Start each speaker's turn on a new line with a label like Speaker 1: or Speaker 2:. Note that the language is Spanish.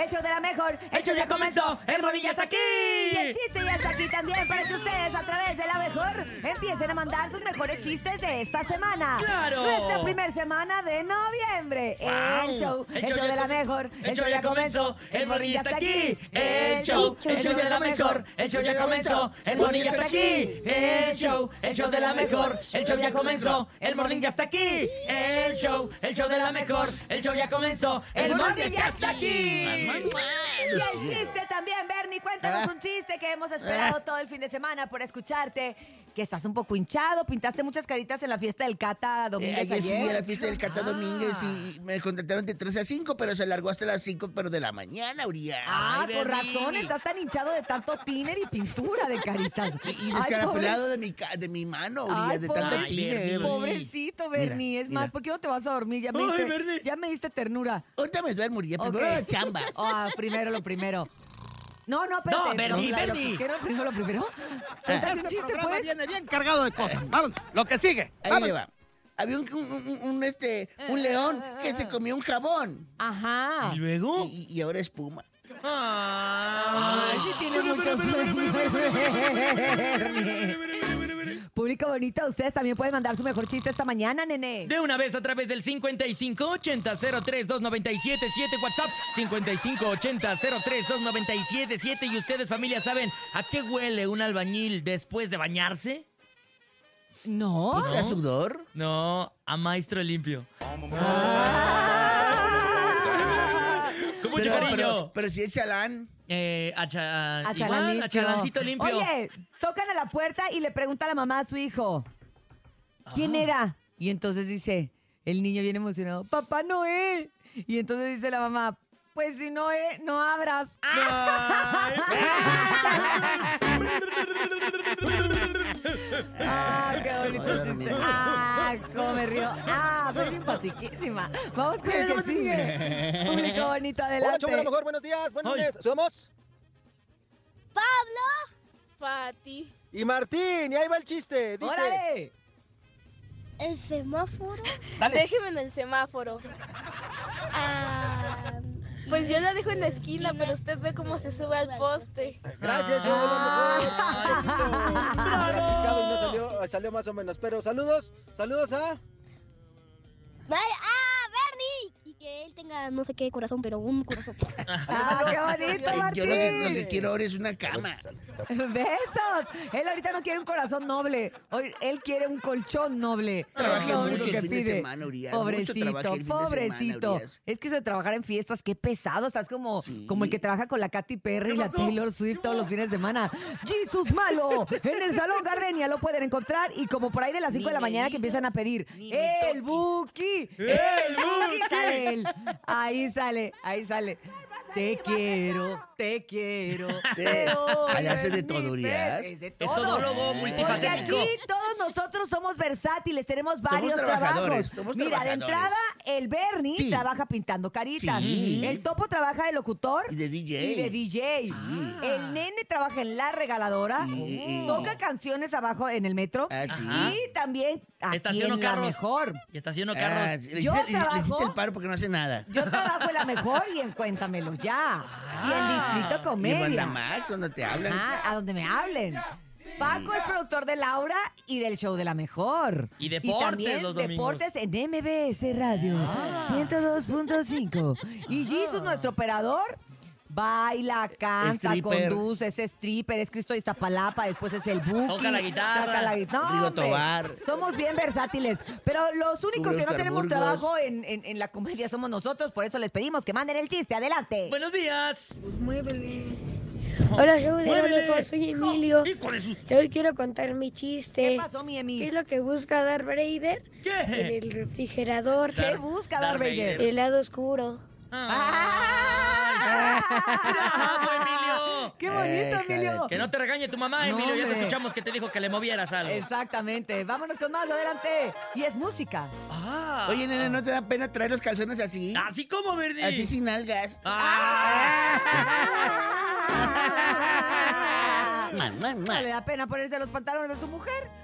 Speaker 1: el show de la mejor.
Speaker 2: El show ya comenzó, el morning ya está aquí.
Speaker 1: Y el chiste ya está aquí también para que ustedes a través de la mejor empiecen a mandar sus mejores chistes de esta semana.
Speaker 2: ¡Claro!
Speaker 1: Nuestra primera semana de noviembre. El
Speaker 2: Wow.
Speaker 1: show, el, show
Speaker 2: ya
Speaker 1: de la
Speaker 2: com-
Speaker 1: mejor.
Speaker 2: El show ya comenzó, el morning ya está aquí. El show, el show de la mejor. El show ya comenzó, el morning ya está aquí. El show, el show de la mejor. El show ya comenzó, el morning ya está aquí. El show, el show de la mejor. El show ya comenzó, el morning ya está aquí.
Speaker 1: Y el chiste también, Bernie, cuéntanos un chiste que hemos esperado todo el fin de semana por escucharte. Que estás un poco hinchado, pintaste muchas caritas en la fiesta del Cata
Speaker 3: Eh,
Speaker 1: Domínguez
Speaker 3: ayer fui a la
Speaker 1: ayer.
Speaker 3: fiesta del Cata Domínguez y me contrataron de 3 a 5, pero se alargó hasta las 5, pero de la mañana, Uriah.
Speaker 1: Ah,
Speaker 2: Ay,
Speaker 1: por
Speaker 2: Bernie.
Speaker 1: razón, estás tan hinchado de tanto tiner y pintura de caritas.
Speaker 3: Y, y
Speaker 1: Ay,
Speaker 3: descarapelado de mi, ca- de mi mano, Uriah,
Speaker 1: Ay,
Speaker 3: de
Speaker 1: pobre-
Speaker 3: tanto
Speaker 2: Ay,
Speaker 3: tiner.
Speaker 2: Bernie.
Speaker 1: Pobrecito, Bernie.
Speaker 3: Mira,
Speaker 1: es más,
Speaker 3: mira.
Speaker 1: ¿por qué no te vas a dormir? Ya me
Speaker 2: Ay,
Speaker 1: diste,
Speaker 2: Bernie.
Speaker 1: ya me diste ternura.
Speaker 3: Ahorita me duermo, Uriah, primero
Speaker 1: Ok.
Speaker 3: la chamba.
Speaker 1: Ah, primero lo primero. No, no, espérate.
Speaker 2: No, Bernie,
Speaker 1: la- lo-
Speaker 2: Bernie.
Speaker 1: ¿qué era primero lo primero?
Speaker 3: Ah.
Speaker 1: Cuéntame un
Speaker 4: Este
Speaker 1: chiste,
Speaker 4: programa
Speaker 1: pues?
Speaker 4: viene bien cargado de cosas. Vamos, lo que sigue.
Speaker 3: Ahí
Speaker 4: Vamos.
Speaker 3: le va. Había un, un- un- un, este, un león que se comió un jabón
Speaker 1: Ajá.
Speaker 2: ¿Y luego?
Speaker 3: y, y ahora espuma.
Speaker 2: Ah.
Speaker 1: Ay, sí tiene mucho sueño. Público bonito, ustedes también pueden mandar su mejor chiste esta mañana, nene.
Speaker 2: De una vez a través del 5580-032977 WhatsApp 5580-032977 y ustedes familia saben a qué huele un albañil después de bañarse?
Speaker 1: No.
Speaker 3: ¿A sudor?
Speaker 2: No, a maestro limpio.
Speaker 1: Ah.
Speaker 2: Con mucho
Speaker 3: pero,
Speaker 2: cariño.
Speaker 3: pero, pero si es chalán.
Speaker 2: Eh, a, cha-
Speaker 1: A
Speaker 2: igual,
Speaker 1: chalán
Speaker 2: a chalancito limpio.
Speaker 1: Oye, tocan a la puerta y le pregunta a la mamá a su hijo, ¿quién era? Y entonces dice, el niño bien emocionado, Papá Noé. Y entonces dice la mamá, pues si no, eh, no abras. ¡Ah, qué bonito chiste! ¡Ah, cómo me río! ¡Ah, soy simpatiquísima! Vamos con el que
Speaker 3: pues,
Speaker 1: sigue. Público bonito,
Speaker 4: Hola, show de la
Speaker 1: adelante.
Speaker 4: mejor, buenos días, buen
Speaker 2: Ay.
Speaker 4: lunes. Somos
Speaker 5: Pablo, Pati,
Speaker 4: y Martín, y ahí va el chiste. Dice,
Speaker 1: ¡Órale!
Speaker 5: el semáforo.
Speaker 4: Dale.
Speaker 5: Déjeme en el semáforo. Ah, pues yo la dejo en la esquina, pero usted ve cómo se sube al poste.
Speaker 4: gracias, show de la mejor.
Speaker 2: ¡Bravo!
Speaker 4: Practicado y no salió, salió más o menos, pero saludos, saludos a...
Speaker 6: ¡Ah, Bernie! Y que él tenga no sé qué corazón, pero un corazón.
Speaker 1: ¡Ah, qué
Speaker 3: Ay,
Speaker 1: bonito,
Speaker 3: Eh, yo lo que, lo
Speaker 1: Martín!
Speaker 3: que quiero ahora es una cama.
Speaker 1: ¡Besos! Él ahorita no quiere un corazón noble. Hoy él quiere un colchón noble.
Speaker 3: Trabajé
Speaker 1: Es lo único
Speaker 3: mucho el
Speaker 1: que
Speaker 3: fin de
Speaker 1: pide.
Speaker 3: semana, Urias. Mucho
Speaker 1: Pobrecito,
Speaker 3: trabajé el fin de semana,
Speaker 1: pobrecito.
Speaker 3: Urias.
Speaker 1: es que eso de trabajar en fiestas, qué pesado. Estás como,
Speaker 3: Sí.
Speaker 1: como el que trabaja con la Katy Perry y la Taylor Swift todos los fines de semana. ¡Jesus malo! En el Salón Gardenia lo pueden encontrar. Y como por ahí de las 5 de la mañana que empiezan a pedir, ¡El Buki!
Speaker 3: Eh,
Speaker 1: ¡El Buki! Sale él. Ahí sale, ahí sale. Te quiero, te quiero.
Speaker 3: Te-
Speaker 1: odio,
Speaker 3: Ah, le haces de
Speaker 1: es
Speaker 3: todo,
Speaker 1: mi
Speaker 3: Urias.
Speaker 1: pe- Es de
Speaker 2: Es
Speaker 1: todo.
Speaker 2: todólogo
Speaker 1: Porque
Speaker 2: multifacético.
Speaker 1: aquí todos nosotros somos versátiles, tenemos varios trabajos.
Speaker 3: trabajadores, somos
Speaker 1: Mira, de
Speaker 3: trabajadores.
Speaker 1: entrada, el Bernie
Speaker 3: Sí.
Speaker 1: trabaja pintando caritas.
Speaker 3: Sí.
Speaker 1: El Topo trabaja de locutor.
Speaker 3: Y de DJ.
Speaker 1: y de DJ.
Speaker 3: Ah.
Speaker 1: El nene trabaja en la regaladora.
Speaker 3: Y- y-
Speaker 1: Toca canciones abajo en el metro.
Speaker 3: eh, Ah, sí.
Speaker 2: Ajá.
Speaker 1: Y también aquí
Speaker 2: Estaciono
Speaker 1: en la
Speaker 2: carros.
Speaker 1: mejor.
Speaker 2: Y estaciono
Speaker 3: Ah,
Speaker 2: carros.
Speaker 3: le,
Speaker 1: Yo
Speaker 3: hiciste, le- le
Speaker 1: trabajo-
Speaker 3: hiciste el paro porque no hace nada.
Speaker 1: Yo trabajo en la mejor y en Cuéntamelo ya. Y en Distrito
Speaker 3: Ah, Y manda
Speaker 1: Comedia.
Speaker 3: Max, donde te hablan.
Speaker 1: Ajá, a donde me hablen. Paco es productor de Laura y del show de la mejor.
Speaker 2: Y deportes
Speaker 1: también
Speaker 2: los domingos. Ah.
Speaker 1: deportes en MBS Radio 102.5. Y Jesus, nuestro operador, baila, canta,
Speaker 3: Stripper.
Speaker 1: conduce, es stripper, es Cristo de Iztapalapa, después es el Buki.
Speaker 2: Toca la guitarra.
Speaker 1: toca la guitarra. No,
Speaker 3: Rigo
Speaker 1: hombre,
Speaker 3: Tobar.
Speaker 1: Somos bien versátiles. Pero los únicos que no
Speaker 3: Lester
Speaker 1: tenemos
Speaker 3: Burgos.
Speaker 1: trabajo en, en- en la comedia somos nosotros, por eso les pedimos que manden el chiste. Adelante.
Speaker 2: Buenos días.
Speaker 1: Pues
Speaker 2: Oh.
Speaker 7: Hola, yo de la
Speaker 2: Muévele.
Speaker 7: mejor, soy Emilio.
Speaker 2: Hijo de su-
Speaker 7: Yo hoy quiero contar mi chiste.
Speaker 3: eh,
Speaker 1: ¿Qué pasó, mi
Speaker 7: ¿Qué
Speaker 1: Emi?
Speaker 7: es lo que busca Darth Vader en
Speaker 2: ¿Qué?
Speaker 7: el refrigerador?
Speaker 1: ¿Qué busca Darth
Speaker 2: Darth
Speaker 1: Vader?
Speaker 2: Vader.
Speaker 7: El lado oscuro.
Speaker 2: Ah. ¡Bravo, Emilio!
Speaker 1: ¡Qué bonito,
Speaker 3: Déjale.
Speaker 1: Emilio!
Speaker 2: Que no te regañe tu mamá,
Speaker 1: Ah. No,
Speaker 2: Emilio. Ya te
Speaker 1: hombre.
Speaker 2: escuchamos que te dijo que le movieras algo.
Speaker 1: Exactamente. Vámonos con más adelante. Y es música.
Speaker 2: Ah.
Speaker 3: Oye, nene, ¿no te da pena traer los calzones así?
Speaker 1: Ah,
Speaker 2: Así como, Verdi.
Speaker 3: Así sin algas.
Speaker 2: Ah.
Speaker 1: Ah.
Speaker 3: Mua, mua, mua.
Speaker 1: Ah. ¿No le da pena ponerse los pantalones de su mujer?